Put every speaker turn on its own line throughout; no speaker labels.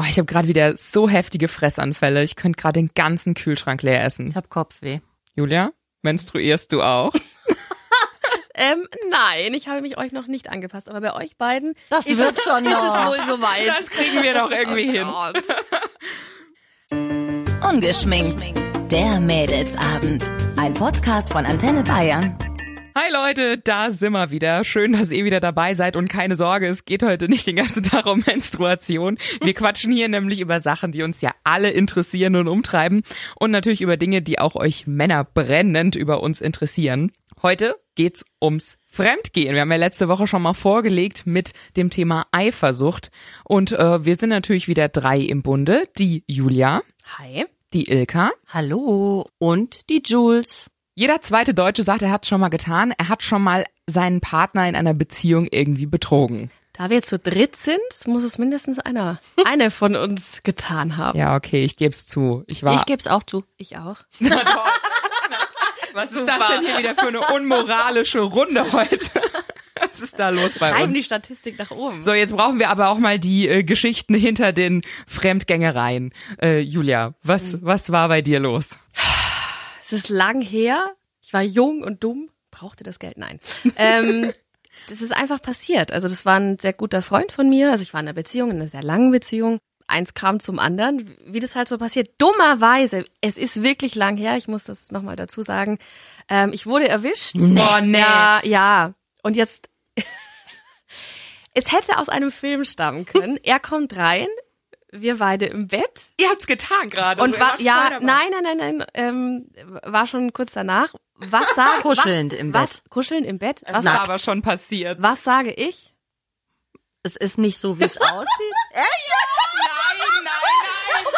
Oh, ich habe gerade wieder so heftige Fressanfälle. Ich könnte gerade den ganzen Kühlschrank leer essen.
Ich habe Kopfweh.
Julia, menstruierst du auch?
Ähm, nein, ich habe mich euch noch nicht angepasst, aber bei euch beiden Oh.
Das
ist
wird
es,
schon
ist es
noch.
wohl soweit.
Das kriegen wir doch
Oh,
irgendwie hin.
Gott.
Ungeschminkt. Der Mädelsabend. Ein Podcast von Antenne Bayern.
Hi Leute, da sind wir wieder. Schön, dass ihr wieder dabei seid und keine Sorge, es geht heute nicht den ganzen Tag um Menstruation. Wir quatschen hier nämlich über Sachen, die uns ja alle interessieren und umtreiben und natürlich über Dinge, die auch euch Männer brennend über uns interessieren. Heute geht's ums Fremdgehen. Wir haben ja letzte Woche schon mal vorgelegt mit dem Thema Eifersucht und äh, wir sind natürlich wieder drei im Bunde, die Julia,
Hi.
die Ilka
Hallo und die Jules.
Jeder zweite Deutsche sagt, er hat es schon mal getan. Er hat schon mal seinen Partner in einer Beziehung irgendwie betrogen.
Da wir jetzt zu dritt sind, muss es mindestens einer, eine von uns getan haben.
Ja, okay, ich geb's zu. Ich war.
Ich gebe es auch zu.
Ich auch.
was ist
super.
das denn hier wieder für eine unmoralische Runde heute? Was ist da los bei
Treiben
uns?
die Statistik nach oben.
So, jetzt brauchen wir aber auch mal die äh, Geschichten hinter den Fremdgängereien. Äh, Julia, was, was war bei dir los?
Es ist lang her. Ich war jung und dumm, brauchte das Geld. Nein. Ähm, das ist einfach passiert. Also das war ein sehr guter Freund von mir. Also ich war in einer Beziehung, in einer sehr langen Beziehung. Eins kam zum anderen, wie das halt so passiert. Dummerweise, es ist wirklich lang her. Ich muss das nochmal dazu sagen. Ähm, ich wurde erwischt.
Oh, nee.
Ja, ja. Und jetzt, es hätte aus einem Film stammen können. Er kommt rein, wir beide im Bett.
Ihr habt's getan gerade.
Und war, ja, nein, nein, nein, nein, ähm, war schon kurz danach. Was sage
Kuschelnd
was,
im
was,
Bett.
Kuscheln im Bett.
Das
Was,
war aber schon passiert.
was sage ich?
Es ist nicht so, wie es aussieht. Echt?
Nein, nein, nein.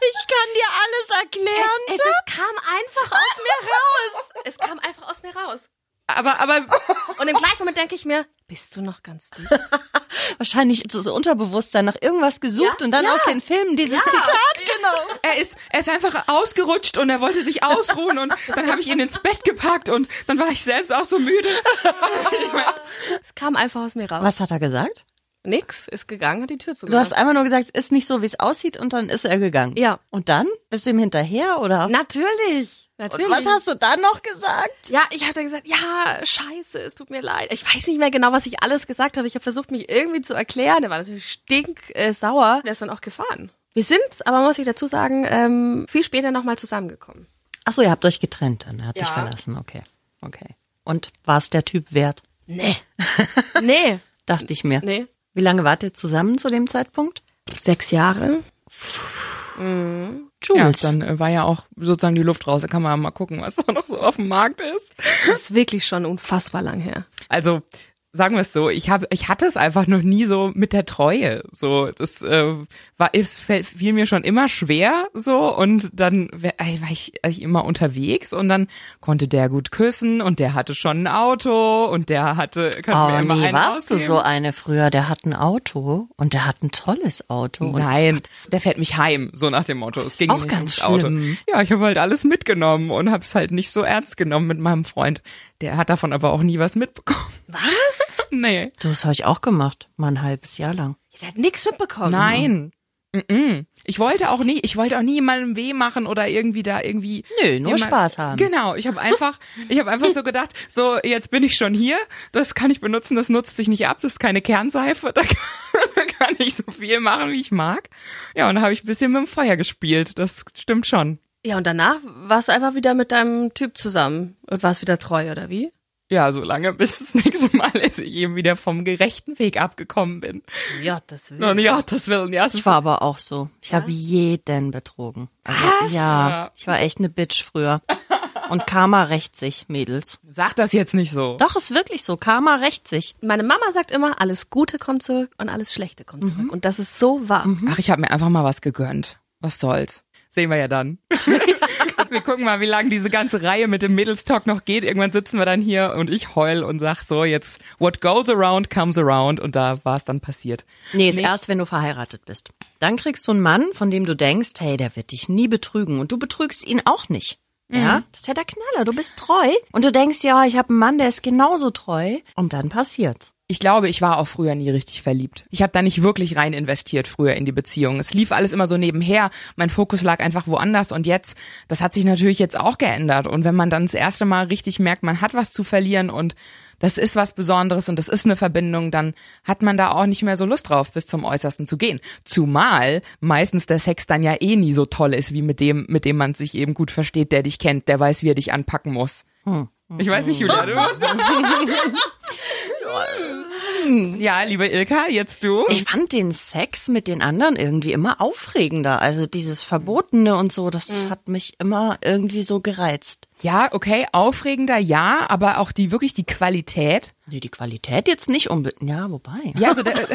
Ich kann dir alles erklären.
Es, es kam einfach aus mir raus. Es kam einfach aus mir raus.
Aber, aber
Und im gleichen Moment denke ich mir, bist du noch ganz dicht?
Wahrscheinlich so so Unterbewusstsein nach irgendwas gesucht
Ja,
und dann
ja.
aus den Filmen dieses Zitat genommen.
Er ist, er ist einfach ausgerutscht und er wollte sich ausruhen und dann habe ich ihn ins Bett gepackt und dann war ich selbst auch so müde. Ich mein,
Es kam einfach aus mir raus.
Was hat er gesagt?
Nix, ist gegangen, hat die
Du
Tür
hast
zugemacht.
einmal nur gesagt, es ist nicht so, wie es aussieht und dann ist er gegangen.
Ja.
Und dann? Bist du ihm hinterher oder?
Natürlich,
und
natürlich.
was hast du dann noch gesagt?
Ja, ich habe dann gesagt, ja, scheiße, es tut mir leid. Ich weiß nicht mehr genau, was ich alles gesagt habe. Ich habe versucht, mich irgendwie zu erklären. Er war natürlich stinksauer. Äh, sauer. Der ist dann auch gefahren. Wir sind, aber muss ich dazu sagen, ähm, viel später nochmal zusammengekommen.
Ach so, ihr habt euch getrennt dann. Er hat dich
Ja.
verlassen. Okay. Okay. Und war es der Typ wert?
Nee. nee.
Dachte ich mir.
Nee.
Wie lange wart ihr zusammen zu dem Zeitpunkt?
Sechs Jahre.
ja,
Jules.
dann äh, war ja auch sozusagen die Luft raus. Da kann man mal gucken, was da noch so auf dem Markt ist.
Das ist wirklich schon unfassbar lang her.
Also sagen wir es so, ich habe, ich hatte es einfach noch nie so mit der Treue. So, das äh, war, es fällt- fiel mir schon immer schwer so und dann wär- ey, war ich, war ich immer unterwegs und dann konnte der gut küssen und der hatte schon ein Auto und der hatte, konnte
Oh
mir immer
nee,
einen
warst du
ausgeben.
so eine früher? Der hat ein Auto und der hat ein tolles Auto. Und
Nein, der fährt mich heim, so nach dem Motto. Es ging
auch
nicht
ganz
ums Auto.
schlimm.
Ja, ich habe halt alles mitgenommen und habe es halt nicht so ernst genommen mit meinem Freund. Der hat davon aber auch nie was mitbekommen.
Was?
Nee.
Du, das habe ich auch gemacht, mal ein halbes Jahr lang.
Der hat nichts mitbekommen.
Nein. Mhm. Ich wollte auch nie, ich wollte auch nie jemandem weh machen oder irgendwie da irgendwie.
Nö, nur
jemand-
Spaß haben.
Genau, ich habe einfach, ich habe einfach so gedacht, so jetzt bin ich schon hier, das kann ich benutzen, das nutzt sich nicht ab, das ist keine Kernseife, da kann, da kann ich so viel machen, wie ich mag. Ja, und da habe ich ein bisschen mit dem Feuer gespielt, das stimmt schon.
Ja, und danach warst du einfach wieder mit deinem Typ zusammen und warst wieder treu, oder wie?
Ja, so lange, bis das nächste Mal ist, ich eben wieder vom gerechten Weg abgekommen bin.
Ja, das will
Und ja, das will ja, es
Ich
ist-
war aber auch so. Ich habe jeden betrogen. Also,
Was?
Ja, ich war echt eine Bitch früher. Und Karma rächt sich, Mädels.
Sag das jetzt nicht so.
Doch, ist wirklich so. Karma rächt sich.
Meine Mama sagt immer, alles Gute kommt zurück und alles Schlechte kommt zurück. Und das ist so wahr.
Ach, ich habe mir einfach mal was gegönnt. Was soll's? Mhm. Sehen wir ja dann. wir gucken mal, wie lange diese ganze Reihe mit dem Mädels-Talk noch geht. Irgendwann sitzen wir dann hier und ich heul und sag so, jetzt what goes around comes around und da war's dann passiert.
Nee, ist erst, wenn du verheiratet bist. Dann kriegst du einen Mann, von dem du denkst, hey, der wird dich nie betrügen. Und du betrügst ihn auch nicht. Ja, das ist ja der Knaller. Du bist treu. Und du denkst, ja, ich habe einen Mann, der ist genauso treu. Und dann passiert.
Ich glaube, ich war auch früher nie richtig verliebt. Ich habe da nicht wirklich rein investiert früher in die Beziehung. Es lief alles immer so nebenher. Mein Fokus lag einfach woanders und jetzt, das hat sich natürlich jetzt auch geändert. Und wenn man dann das erste Mal richtig merkt, man hat was zu verlieren und das ist was Besonderes und das ist eine Verbindung, dann hat man da auch nicht mehr so Lust drauf, bis zum Äußersten zu gehen. Zumal meistens der Sex dann ja eh nie so toll ist, wie mit dem, mit dem man sich eben gut versteht, der dich kennt, der weiß, wie er dich anpacken muss. Ich weiß nicht, Julia, du? ja, liebe Ilka, jetzt du.
Ich fand den Sex mit den anderen irgendwie immer aufregender. Also dieses Verbotene und so, das hat mich immer irgendwie so gereizt.
Ja, okay, aufregender, ja, aber auch die wirklich die Qualität.
Nee, die Qualität jetzt nicht unbedingt. Ja, wobei.
Ja, also, der,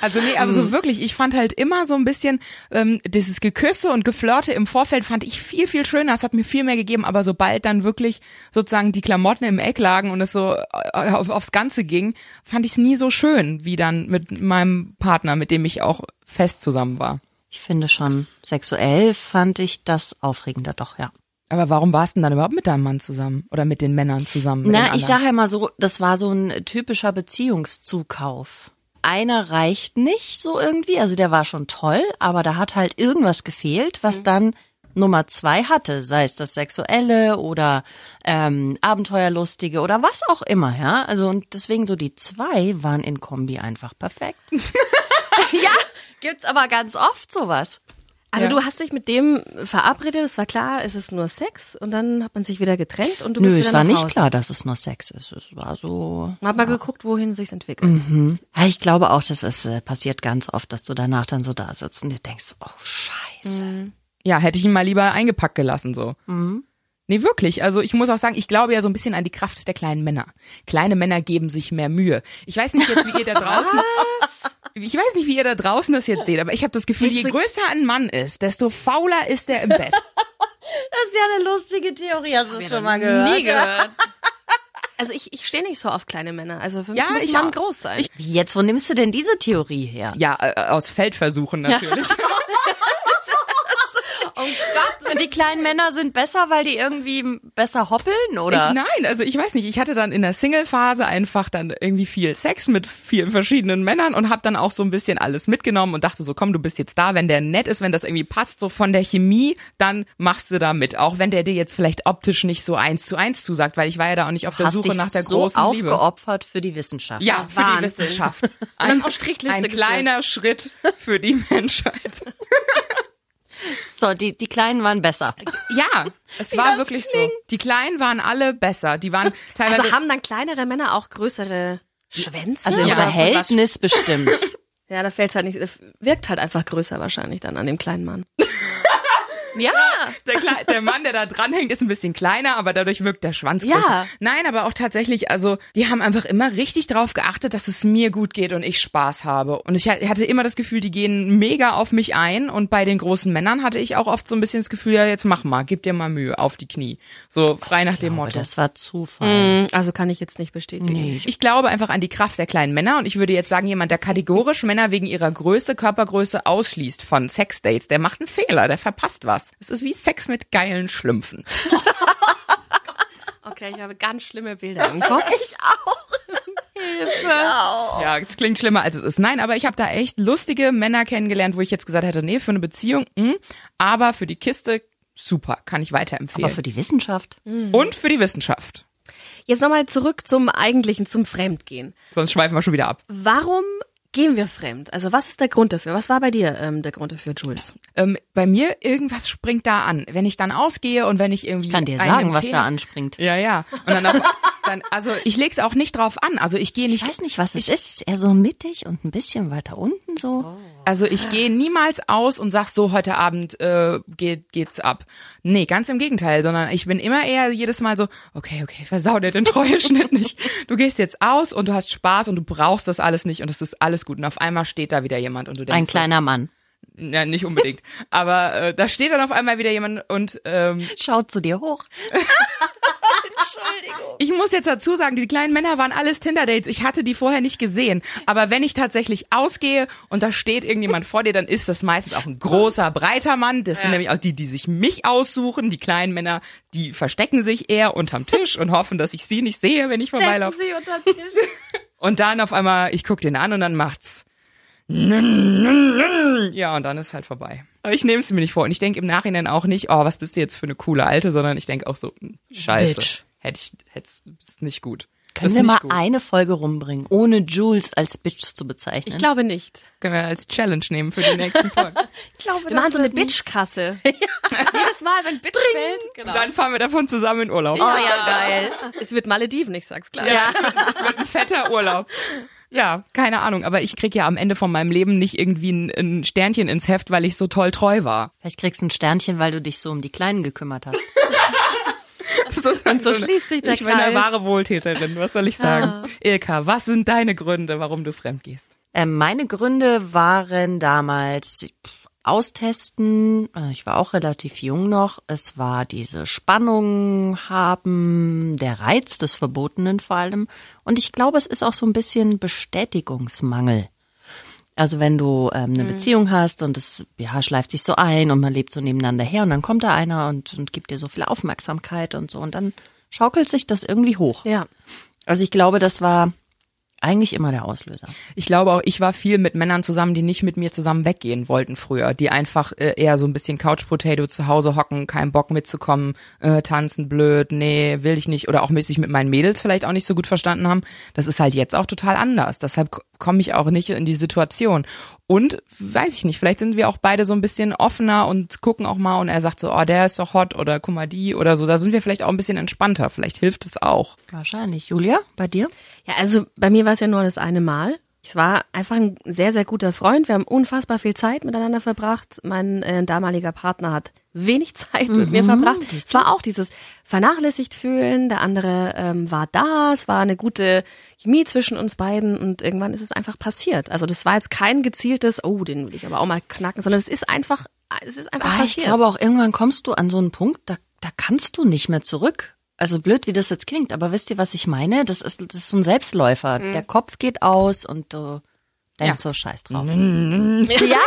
also nee, aber so wirklich, ich fand halt immer so ein bisschen ähm, dieses Geküsse und Geflirte im Vorfeld fand ich viel, viel schöner. Es hat mir viel mehr gegeben, aber sobald dann wirklich sozusagen die Klamotten im Eck lagen und es so äh, auf, aufs Ganze ging, fand ich es nie so schön, wie dann mit meinem Partner, mit dem ich auch fest zusammen war.
Ich finde schon, sexuell fand ich das aufregender doch, ja.
Aber warum warst du denn dann überhaupt mit deinem Mann zusammen? Oder mit den Männern zusammen? mit den
Na, ich
anderen?
sage ja mal so, das war so ein typischer Beziehungszukauf. Einer reicht nicht so irgendwie, also der war schon toll, aber da hat halt irgendwas gefehlt, was
Mhm.
dann Nummer zwei hatte, sei es das Sexuelle oder ähm, Abenteuerlustige oder was auch immer, ja. Also und deswegen so die zwei waren in Kombi einfach perfekt. ja, gibt's aber ganz oft sowas.
Also du hast dich mit dem verabredet, es war klar, es ist nur Sex und dann hat man sich wieder getrennt und du
Nö,
bist wieder
es war
nach
nicht
Hause.
klar, dass es nur Sex ist. Es war so.
Man hat mal geguckt, wohin sich's entwickelt.
Mhm. Ja, ich glaube auch, das ist, äh, passiert ganz oft, dass du danach dann so da sitzt und dir denkst, oh Scheiße.
Ja, hätte ich ihn mal lieber eingepackt gelassen so.
Mhm.
Nee, wirklich. Also ich muss auch sagen, ich glaube ja so ein bisschen an die Kraft der kleinen Männer. Kleine Männer geben sich mehr Mühe. Ich weiß nicht jetzt, wie ihr da draußen. Ich weiß nicht, wie ihr da draußen das jetzt seht, aber ich habe das Gefühl, je größer ein Mann ist, desto fauler ist er im Bett.
Das ist ja eine lustige Theorie, hast du es schon mal
Nie gehört. Also ich, ich stehe nicht so auf kleine Männer. Also für mich
Ja,
muss
ich
man
auch.
groß sein.
Wie jetzt, wo nimmst du denn diese Theorie her?
Ja, äh, aus Feldversuchen natürlich. oh
Und die kleinen Männer sind besser, weil die irgendwie besser hoppeln, oder?
Ich, nein, also ich weiß nicht. Ich hatte dann in der Single-Phase einfach dann irgendwie viel Sex mit vielen verschiedenen Männern und habe dann auch so ein bisschen alles mitgenommen und dachte so, komm, du bist jetzt da, wenn der nett ist, wenn das irgendwie passt, so von der Chemie, dann machst du da mit. Auch wenn der dir jetzt vielleicht optisch nicht so eins zu eins zusagt, weil ich war ja da auch nicht auf der
hast
Suche
dich
nach der
so
großen Liebe.
aufgeopfert für die Wissenschaft.
Ja, für
Wahnsinn.
die Wissenschaft.
dann
Ein,
auf Strichliste
ein
geführt.
kleiner Schritt für die Menschheit.
So, die, die Kleinen waren besser.
Ja, es war wirklich so. Die Kleinen waren alle besser. Die waren teilweise
Also haben dann kleinere Männer auch größere Schwänze?
Also im
Oder
Verhältnis bestimmt.
was? Ja, da fällt's halt nicht. Wirkt halt einfach größer wahrscheinlich dann an dem kleinen Mann.
ja.
Der, Kle der Mann, der da dranhängt, ist ein bisschen kleiner, aber dadurch wirkt der Schwanz
Ja.
größer. Nein, aber auch tatsächlich, also die haben einfach immer richtig drauf geachtet, dass es mir gut geht und ich Spaß habe. Und ich ha- hatte immer das Gefühl, die gehen mega auf mich ein. Und bei den großen Männern hatte ich auch oft so ein bisschen das Gefühl, ja, jetzt mach mal, gib dir mal Mühe auf die Knie. So frei nach dem
Aber
Motto.
Oh, das war Zufall.
Also kann ich jetzt nicht bestätigen.
Ich glaube einfach an die Kraft der kleinen Männer und ich würde jetzt sagen, jemand, der kategorisch Männer wegen ihrer Größe, Körpergröße ausschließt von Sexdates, der macht einen Fehler, der verpasst was. Es ist wie Sex mit geilen Schlümpfen.
Okay, ich habe ganz schlimme Bilder im Kopf. ich auch. Hilfe.
Ja, es klingt schlimmer als es ist. Nein, aber ich habe da echt lustige Männer kennengelernt, wo ich jetzt gesagt hätte, nee, für eine Beziehung, mh, aber für die Kiste super, kann ich weiterempfehlen. Mhm.
Aber für Mhm. die Wissenschaft.
Und für die Wissenschaft.
Jetzt nochmal zurück zum Eigentlichen, zum Fremdgehen.
Sonst schweifen wir schon wieder ab.
Warum gehen wir fremd? Also was ist der Grund dafür? Was war bei dir ähm, der Grund dafür, Jules?
Ähm, bei mir irgendwas springt da an, wenn ich dann ausgehe und wenn ich irgendwie
Kann dir
einen
sagen,
im
was
Tee
da
hab.
anspringt.
Ja, ja. Und dann, auf, dann also ich leg's auch nicht drauf an. Also ich gehe
Ich Oh.
nicht
weiß nicht, was es ist. Eher so mittig und ein bisschen weiter unten so.
Also ich gehe niemals aus und sag so, heute Abend äh, geht, geht's ab. Nee, ganz im Gegenteil, sondern ich bin immer eher jedes Mal so, okay, okay, versau dir den Treueschnitt nicht. Du gehst jetzt aus und du hast Spaß und du brauchst das alles nicht und das ist alles gut. Und auf einmal steht da wieder jemand und du denkst,
Ein kleiner Mann.
so, na, nicht unbedingt, aber äh, da steht dann auf einmal wieder jemand und ähm,
Schaut zu dir hoch.
ich muss jetzt dazu sagen, die kleinen Männer waren alles Tinder-Dates. Ich hatte die vorher nicht gesehen. Aber wenn ich tatsächlich ausgehe und da steht irgendjemand vor dir, dann ist das meistens auch ein großer, breiter Mann. Das sind nämlich auch die, die sich mich aussuchen. Die kleinen Männer, die verstecken sich eher unterm Tisch und hoffen, dass ich sie nicht sehe, wenn ich vorbeilaufe.
Sie unter Tisch.
Und dann auf einmal, ich guck den an und dann macht's. Ja, und dann ist halt vorbei. Aber ich nehme es mir nicht vor. Und ich denke im Nachhinein auch nicht, oh, was bist du jetzt für eine coole Alte, sondern ich denke auch so, hm, scheiße.
Bitch.
Hätte ich, hätt's, ist nicht gut. Das
Können
ist
wir
nicht
mal
gut.
eine Folge rumbringen, ohne Jules als Bitch zu bezeichnen?
Ich glaube nicht.
Können wir als Challenge nehmen für die nächsten Folgen.
glaube
Wir machen so eine Bitch-Kasse. Jedes Mal, wenn Bitch fällt, genau.
Und dann fahren wir davon zusammen in Urlaub.
oh ja, geil. Es wird Malediven, ich sag's klar.
Ja, es wird ein fetter Urlaub. Ja, keine Ahnung, aber ich krieg ja am Ende von meinem Leben nicht irgendwie ein, ein Sternchen ins Heft, weil ich so toll treu war.
Vielleicht kriegst du ein Sternchen, weil du dich so um die Kleinen gekümmert hast.
Und
so schließt sich der
Ich bin eine
Kreis. Ah.
wahre Wohltäterin, was soll ich sagen? Ilka, was sind deine Gründe, warum du fremd gehst?
Ähm, meine Gründe waren damals pff, austesten. äh, Ich war auch relativ jung noch. Es war diese Spannung haben, der Reiz des Verbotenen vor allem. Und ich glaube, es ist auch so ein bisschen Bestätigungsmangel. Also wenn du ähm, eine Beziehung hast und es ja, schleift sich so ein und man lebt so nebeneinander her und dann kommt da einer und, und gibt dir so viel Aufmerksamkeit und so und dann schaukelt sich das irgendwie hoch.
Ja.
Also ich glaube, das war eigentlich immer der Auslöser.
Ich glaube auch, ich war viel mit Männern zusammen, die nicht mit mir zusammen weggehen wollten früher, die einfach äh, eher so ein bisschen Couch Potato zu Hause hocken, keinen Bock mitzukommen, äh, tanzen blöd, nee, will ich nicht oder auch sich mit meinen Mädels vielleicht auch nicht so gut verstanden haben. Das ist halt jetzt auch total anders. Deshalb k- komme ich auch nicht in die Situation. Und weiß ich nicht, vielleicht sind wir auch beide so ein bisschen offener und gucken auch mal und er sagt so, oh, der ist doch hot oder guck mal die oder so, da sind wir vielleicht auch ein bisschen entspannter, vielleicht hilft es auch.
Wahrscheinlich. Julia, bei dir?
Ja, also bei mir war es ja nur das eine Mal. Es war einfach ein sehr, sehr guter Freund. Wir haben unfassbar viel Zeit miteinander verbracht. Mein äh, damaliger Partner hat wenig Zeit mit
Mhm,
mir verbracht. Es war auch dieses vernachlässigt fühlen. Der andere ähm, war da. Es war eine gute Chemie zwischen uns beiden und irgendwann ist es einfach passiert. Also das war jetzt kein gezieltes, oh, den will ich aber auch mal knacken, sondern es ist einfach, es ist einfach
Ah, ich
passiert.
glaube auch, irgendwann kommst du an so einen Punkt, da, da kannst du nicht mehr zurück. Also blöd, wie das jetzt klingt, aber wisst ihr, was ich meine? Das ist, das ist so ein Selbstläufer.
Mhm.
Der Kopf geht aus und du denkst so scheiß drauf.
Mhm.
Ja,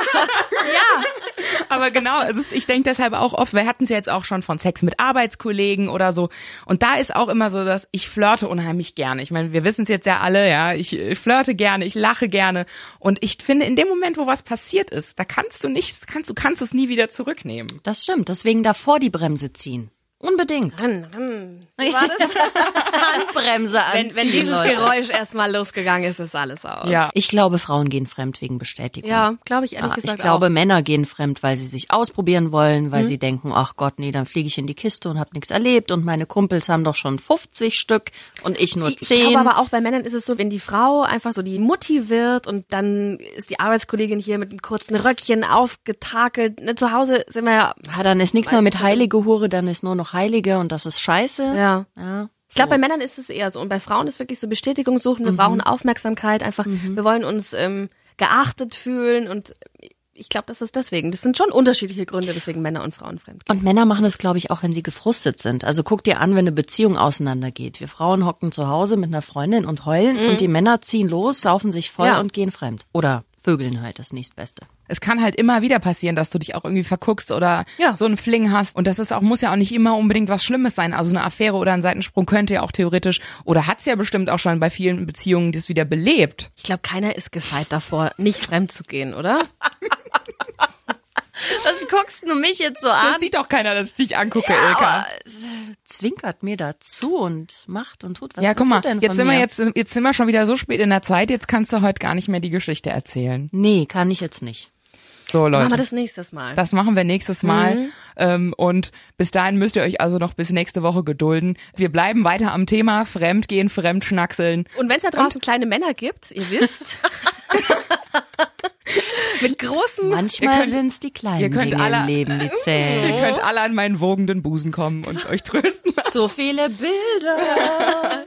Aber genau, also ich denke deshalb auch oft, wir hatten es ja jetzt auch schon von Sex mit Arbeitskollegen oder so. Und da ist auch immer so, dass ich flirte unheimlich gerne. Ich meine, wir wissen es jetzt ja alle, ja, ich äh, flirte gerne, ich lache gerne. Und ich finde, in dem Moment, wo was passiert ist, da kannst du nichts, kannst, du kannst es nie wieder zurücknehmen.
das stimmt. Deswegen davor die Bremse ziehen. Unbedingt.
Hm, hm.
Handbremse anziehen,
Wenn, wenn dieses
Leute.
Geräusch erstmal losgegangen ist, ist alles aus.
Ja.
Ich glaube, Frauen gehen fremd wegen Bestätigung.
Ja, glaube ich ehrlich
Ja, ich
gesagt
glaube,
auch. Mhm.
Männer gehen fremd, weil sie sich ausprobieren wollen, weil sie denken, ach Gott, nee, dann fliege ich in die Kiste und habe nichts erlebt und meine Kumpels haben doch schon 50 Stück und ich nur
Ich
10.
glaube aber auch bei Männern ist es so, wenn die Frau einfach so die Mutti wird und dann ist die Arbeitskollegin hier mit einem kurzen Röckchen aufgetakelt. Ne, zu Hause sind wir ja.
ja, Ah, dann ist nichts mehr
Weißt
mit
du-
heilige Hure, dann ist nur noch heilige und das ist scheiße.
ja.
Ja,
Ich glaube, bei Männern ist es eher so. Mhm. Und bei Frauen ist wirklich so Bestätigung suchen. Wir brauchen Aufmerksamkeit. Einfach, wir wollen uns ähm, geachtet fühlen. Und ich glaube, das ist deswegen. Das sind schon unterschiedliche Gründe, weswegen Männer und Frauen fremd gehen.
Und Männer machen das, glaube ich, auch wenn sie gefrustet sind. Also guck dir an, wenn eine Beziehung auseinandergeht. Wir Frauen hocken zu Hause mit einer Freundin und heulen und die Männer ziehen los, saufen sich voll
Ja.
und gehen fremd. Oder vögeln halt, das nächstbeste.
Es kann halt immer wieder passieren, dass du dich auch irgendwie verguckst oder
Ja.
so einen Fling hast. Und das ist auch, muss ja auch nicht immer unbedingt was Schlimmes sein. Also eine Affäre oder ein Seitensprung könnte ja auch theoretisch oder hat's ja bestimmt auch schon bei vielen Beziehungen das wieder belebt.
Ich glaube, keiner ist gefeit davor, nicht fremd zu gehen, oder?
Was guckst du mich jetzt so an?
Das sieht doch keiner, dass ich dich angucke, Ilka.
zwinkert mir dazu und macht und tut was.
Ja, guck
willst
mal,
du denn
jetzt
von
sind
mir?
wir jetzt, jetzt sind wir schon wieder so spät in der Zeit, jetzt kannst du heute gar nicht mehr die Geschichte erzählen.
Nee, kann ich jetzt nicht.
So, Leute.
Machen wir das nächstes Mal.
Das machen wir nächstes Mal.
Mhm.
Ähm, und bis dahin müsst ihr euch also noch bis nächste Woche gedulden. Wir bleiben weiter am Thema Fremdgehen, Fremdschnackseln.
Und wenn es da draußen kleine Männer gibt, ihr wisst, mit großem
Ihr
Manchmal
könnt-
sind's die
ihr
kleinen
könnt
Dinge
alle-
im Leben, die
Ihr
zählen.
könnt alle an meinen wogenden Busen kommen und euch trösten.
so viele Bilder.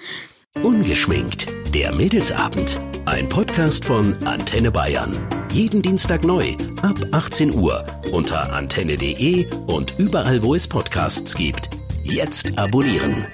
Ungeschminkt. Der Mädelsabend. Ein Podcast von Antenne Bayern. Jeden Dienstag neu ab 18 Uhr unter antenne.de und überall, wo es Podcasts gibt. Jetzt abonnieren.